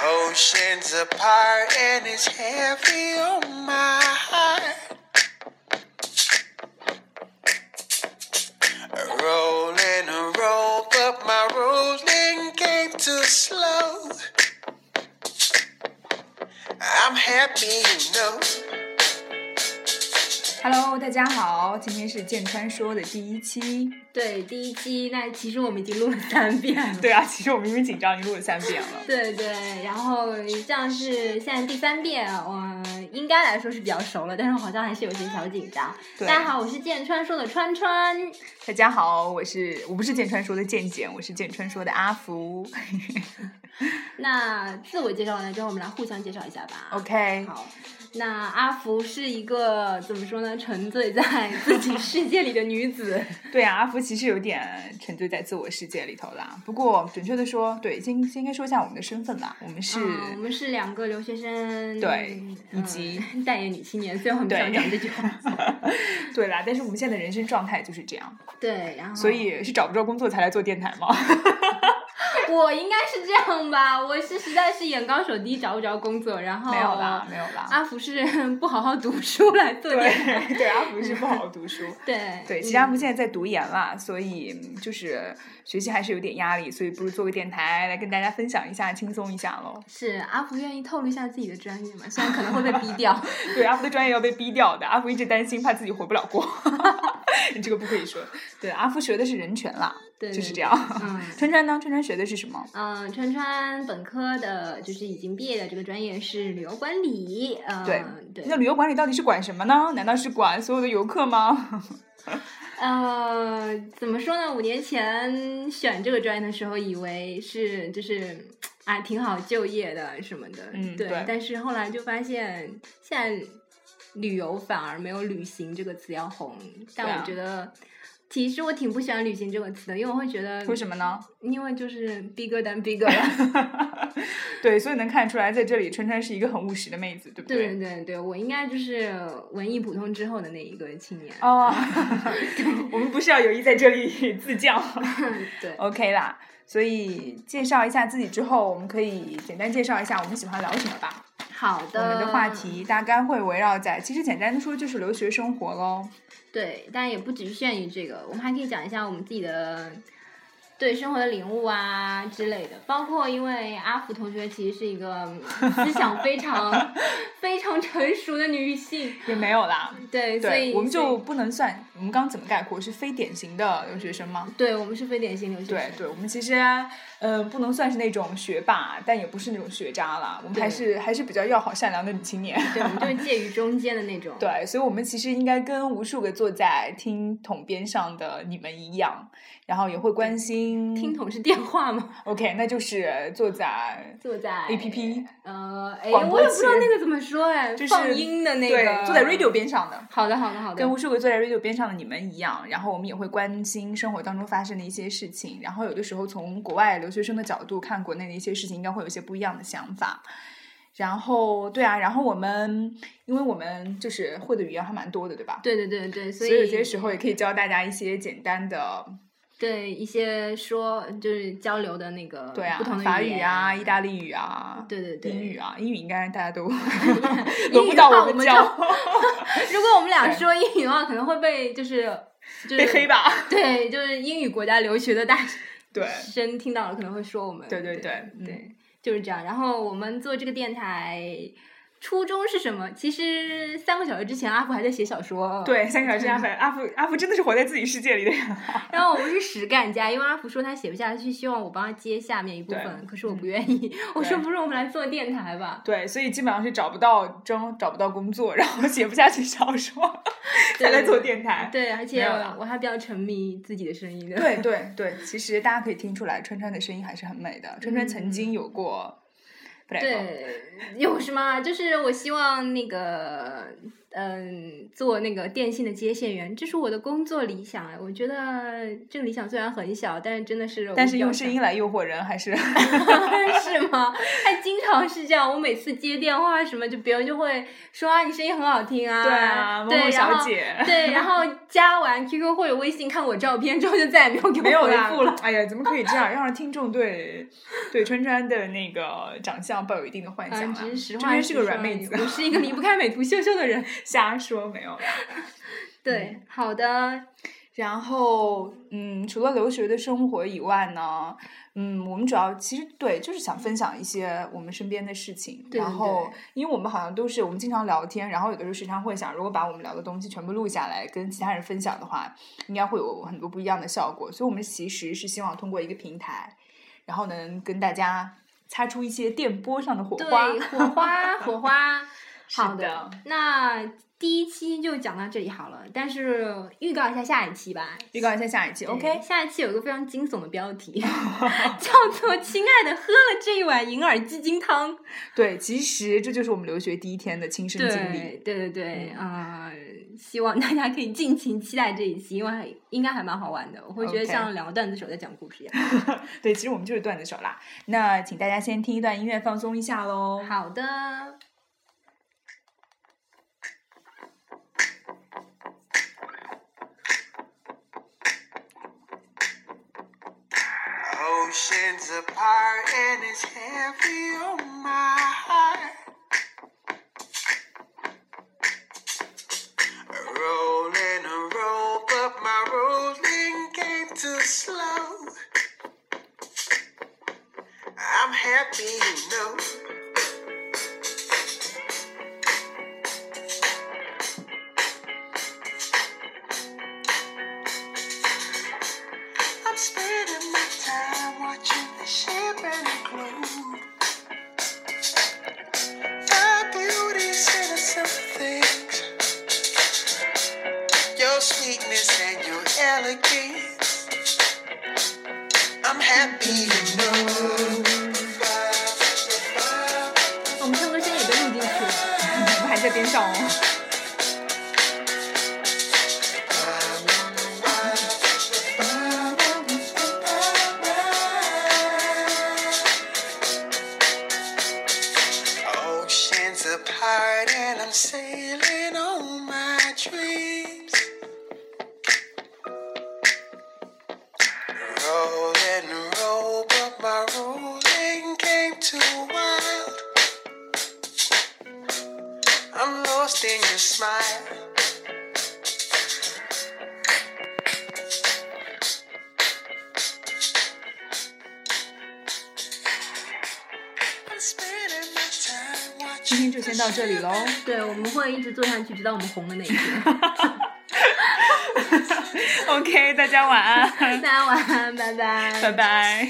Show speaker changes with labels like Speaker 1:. Speaker 1: oceans apart and it's heavy on my heart. Roll and a roll, but my rolling came too slow. I'm happy, you know.
Speaker 2: Hello，大家好，今天是剑川说的第一期。
Speaker 3: 对，第一期那其实我们已经录了三遍了。
Speaker 2: 对啊，其实我明明紧张，已经录了三遍了。
Speaker 3: 对对，然后这样是现在第三遍，我应该来说是比较熟了，但是我好像还是有些小紧张。
Speaker 2: 对
Speaker 3: 大家好，我是剑川说的川川。
Speaker 2: 大家好，我是我不是剑川说的剑剑，我是剑川说的阿福。
Speaker 3: 那自我介绍完了之后，我们来互相介绍一下吧。
Speaker 2: OK，
Speaker 3: 好，那阿福是一个怎么说呢？沉醉在自己世界里的女子。
Speaker 2: 对啊，阿福其实有点沉醉在自我世界里头啦。不过准确的说，对，先先应该说一下我们的身份吧。我们 是、
Speaker 3: 嗯我们是两个留学生，
Speaker 2: 对
Speaker 3: 嗯
Speaker 2: 以及
Speaker 3: 待业女青年。虽然我很不想
Speaker 2: 对
Speaker 3: 讲这句话，
Speaker 2: 对啦，但是我们现在的人生状态就是这样，
Speaker 3: 对，然后
Speaker 2: 所以是找不着工作才来做电台吗？
Speaker 3: 我应该是这样吧，我是实在是眼高手低，找不着工作，然 后
Speaker 2: 没有啦，没有啦。
Speaker 3: 阿福是不好好读书来 做电台，
Speaker 2: 对，对，阿福是不好好读书。
Speaker 3: 对
Speaker 2: 对，其实
Speaker 3: 嗯
Speaker 2: 阿福现在在读研啦，所以嗯就是学习还是有点压力，所以不如做个电台来跟大家分享一下，轻松一下喽。
Speaker 3: 是阿福愿意透露一下自己的专业嘛？虽然可能会被逼 掉，
Speaker 2: 对，阿福的专业要被逼掉的，阿福一直担心怕自己活不了锅， 你这个不可以说。对，阿福学的是人权啦，
Speaker 3: 对，
Speaker 2: 就是这
Speaker 3: 对。
Speaker 2: 样。
Speaker 3: 对嗯
Speaker 2: 川川呢？川川学的是什么？
Speaker 3: 嗯，川川本科的，就是已经毕业的这个专业是旅游管理，嗯，
Speaker 2: 对
Speaker 3: 对，
Speaker 2: 那旅游管理到底是管什么呢？难道是管所有的游客吗？
Speaker 3: 呃，怎么说呢？五年前选这个专业的时候，以为是就是啊，挺好就业的什么的，
Speaker 2: 嗯
Speaker 3: 对
Speaker 2: 对
Speaker 3: 但是后来就发现，现在旅游反而没有“旅行”这个词要红。
Speaker 2: 对
Speaker 3: 但
Speaker 2: 啊
Speaker 3: 我觉得，其实我挺不喜欢“旅行”这个词的，因为我会觉得，
Speaker 2: 为什么呢？
Speaker 3: 因为就是 bigger than bigger 了。
Speaker 2: 对，所以能看出来，在这里川川是一个很务实的妹子，对不
Speaker 3: 对对对对，我应该就是文艺普通之后的那一个青年。
Speaker 2: 哦， 我们不是要有意在这里自降。
Speaker 3: 对，
Speaker 2: OK 啦，所以介绍一下自己之后，我们可以简单介绍一下我们喜欢聊什么吧。
Speaker 3: 好
Speaker 2: 我
Speaker 3: 的。
Speaker 2: 们的话
Speaker 3: 嗯
Speaker 2: 题大概会围绕在，其实简单的说就是留学生活喽。
Speaker 3: 对，但也不局限于这个，我们还可以讲一下我们自己的对生活的领悟啊之类的。包括因为阿福同学其实是 一个思想非常非常成熟的女性，
Speaker 2: 也没有啦，
Speaker 3: 对，所
Speaker 2: 对，
Speaker 3: 以
Speaker 2: 我们
Speaker 3: 所
Speaker 2: 就
Speaker 3: 以
Speaker 2: 不能算。我们刚刚怎么概括？是非典型的留学生吗？
Speaker 3: 对我们是非典型留学
Speaker 2: 对
Speaker 3: 生，
Speaker 2: 对，我们其实，呃，不能算是那种学霸，但也不是那种学渣啦。我们还
Speaker 3: 对
Speaker 2: 是还是比较要好善良的女青年。
Speaker 3: 对，我们就是介于中间的那种。
Speaker 2: 对，所以，我们其实应该跟无数个坐在听筒边上的你们一样，然后也会关心
Speaker 3: 听筒是电话吗？
Speaker 2: OK，那就是坐在
Speaker 3: 坐在
Speaker 2: APP，
Speaker 3: 呃，哎，
Speaker 2: 广播
Speaker 3: 我也不知道
Speaker 2: 器
Speaker 3: 那个怎么说哎，
Speaker 2: 就是
Speaker 3: 放音的那个，
Speaker 2: 对，坐在 radio。边上的，
Speaker 3: 好的，好的，好的
Speaker 2: 跟。无数个坐在 radio 边上的你们一样。然后我们也会关心生活当中发生的一些事情，然后有的时候从国外留学生的角度看国内的一些事情，应该会有一些不一样的想法。然后，对啊，然后我们，因为我们就是会的语言还蛮多的，对吧？
Speaker 3: 对对对对，
Speaker 2: 所
Speaker 3: 所以
Speaker 2: 以有些时候也可以教大家一些简单的，
Speaker 3: 对一些说就是交流的那个
Speaker 2: 对啊
Speaker 3: 不同，的
Speaker 2: 法
Speaker 3: 语
Speaker 2: 语
Speaker 3: 言
Speaker 2: 啊、意大利语啊、
Speaker 3: 对对对
Speaker 2: 英语啊，英语应该大家 都
Speaker 3: 英
Speaker 2: 轮
Speaker 3: 语
Speaker 2: 不
Speaker 3: 的
Speaker 2: 到
Speaker 3: 话
Speaker 2: 我
Speaker 3: 我
Speaker 2: 们
Speaker 3: 们
Speaker 2: 教，
Speaker 3: 如果我们俩说英语的话，可能会被就是就是
Speaker 2: 被黑吧？
Speaker 3: 对，就是英语国家留学的大
Speaker 2: 对，
Speaker 3: 生听到了可能会说我们
Speaker 2: 对对
Speaker 3: 对
Speaker 2: 对嗯
Speaker 3: 对就是这样。然后我们做这个电台。初衷是什么？其实三个小时之前，阿福还在写小说。，
Speaker 2: 对，香港是阿福，阿福阿福真的是活在自己世界里的人。
Speaker 3: 然后我们是实干家，因为阿福说他写不下去，希望我帮他接下面一部
Speaker 2: 对嗯
Speaker 3: 分，可是我不愿意。 我说不是，我们来做电台吧。
Speaker 2: 对，所以基本上是找不到找找不到工作，然后写不下去小说，才来做电台。
Speaker 3: 对，而且
Speaker 2: 没有啦
Speaker 3: 我还比较沉迷自己的声音的。
Speaker 2: 对对对，其实大家可以听出来，川川的声音还是很美的。川川曾
Speaker 3: 嗯
Speaker 2: 经有过，不对
Speaker 3: 啊对，有什么？就是我希望那个嗯，做那个电信的接线员，这是我的工作理想哎。我觉得这个理想虽然很小，但是真的是我
Speaker 2: 但是
Speaker 3: 比较啊
Speaker 2: 用声
Speaker 3: 想
Speaker 2: 音来诱惑人还是
Speaker 3: 是吗？还经常是这样。我每次接电话什么，就别人就会说啊，你声音很好听啊，
Speaker 2: 对啊，某
Speaker 3: 对
Speaker 2: 某
Speaker 3: 然
Speaker 2: 小
Speaker 3: 后
Speaker 2: 姐
Speaker 3: 对，然后加完 QQ 或者微信看我照片之后，就再也没有 给
Speaker 2: 没有
Speaker 3: 我回
Speaker 2: 回
Speaker 3: 复
Speaker 2: 复
Speaker 3: 了
Speaker 2: 了。。哎呀，怎么可以这样？让听众对对川川的那个长相抱有一定的幻想
Speaker 3: 嗯，
Speaker 2: 啊
Speaker 3: 只是实
Speaker 2: 这
Speaker 3: 话
Speaker 2: 边
Speaker 3: 实
Speaker 2: 是个
Speaker 3: 说
Speaker 2: 软
Speaker 3: 而
Speaker 2: 妹
Speaker 3: 已
Speaker 2: 子，
Speaker 3: 我是一个离不开美图秀秀的人。嗯
Speaker 2: 瞎说没有啦。
Speaker 3: 对，好的，
Speaker 2: 然后，嗯，除了留学的生活以外呢，嗯，我们主要其实对就是想分享一些我们身边的事情。
Speaker 3: 对
Speaker 2: 然
Speaker 3: 对
Speaker 2: 后
Speaker 3: 对，
Speaker 2: 因为我们好像都是我们经常聊天，然后有的时候时常会想，如果把我们聊的东西全部录下来跟其他人分享的话，应该会有很多不一样的效果。所以我们其实是希望通过一个平台，然后能跟大家擦出一些电波上的火
Speaker 3: 对，
Speaker 2: 花。
Speaker 3: 火花，火 花。好
Speaker 2: 是的
Speaker 3: 那第一期就讲到这里好了，但是预告一下下一期吧。
Speaker 2: 预告一下下一期
Speaker 3: 对
Speaker 2: ，OK？
Speaker 3: 下一期有一个非常惊悚的标 题，叫做“亲爱的，喝了这一碗银耳鸡精汤
Speaker 2: 对，其实这就是我们留学第一天的亲”。身经历。
Speaker 3: 对对对对，啊、希望大家可以尽情期待这一期，因为还应该还蛮好玩的。我会觉得
Speaker 2: OK
Speaker 3: 像两个段子手在讲故事一样。
Speaker 2: 对，其实我们就是段子手啦。那请大家先听一段音乐放松一下喽。
Speaker 3: 好的，
Speaker 1: Oceans apart and it's heavy on my heart. Roll and a roll, but my rolling came too slow. I'm happy, you know. I'm spending my time watching the shape and the gloom. The beauty's innocent things. Your sweetness and your elegance. I'm happy to know.
Speaker 3: 我们唱歌声音也被录进去了。
Speaker 2: 我们还在边上哦。
Speaker 1: Oceans apart, and I'm sailing on my dreams. Roll and roll, but my rolling came too wild. I'm lost in your smile. I'm spending my time
Speaker 2: 今
Speaker 1: watching
Speaker 2: 天就先到这里喽。
Speaker 3: 对，我们会一直做下去，直到我们红的那一天。
Speaker 2: OK，大家晚安，
Speaker 3: 大家晚安，拜拜。
Speaker 2: 拜拜。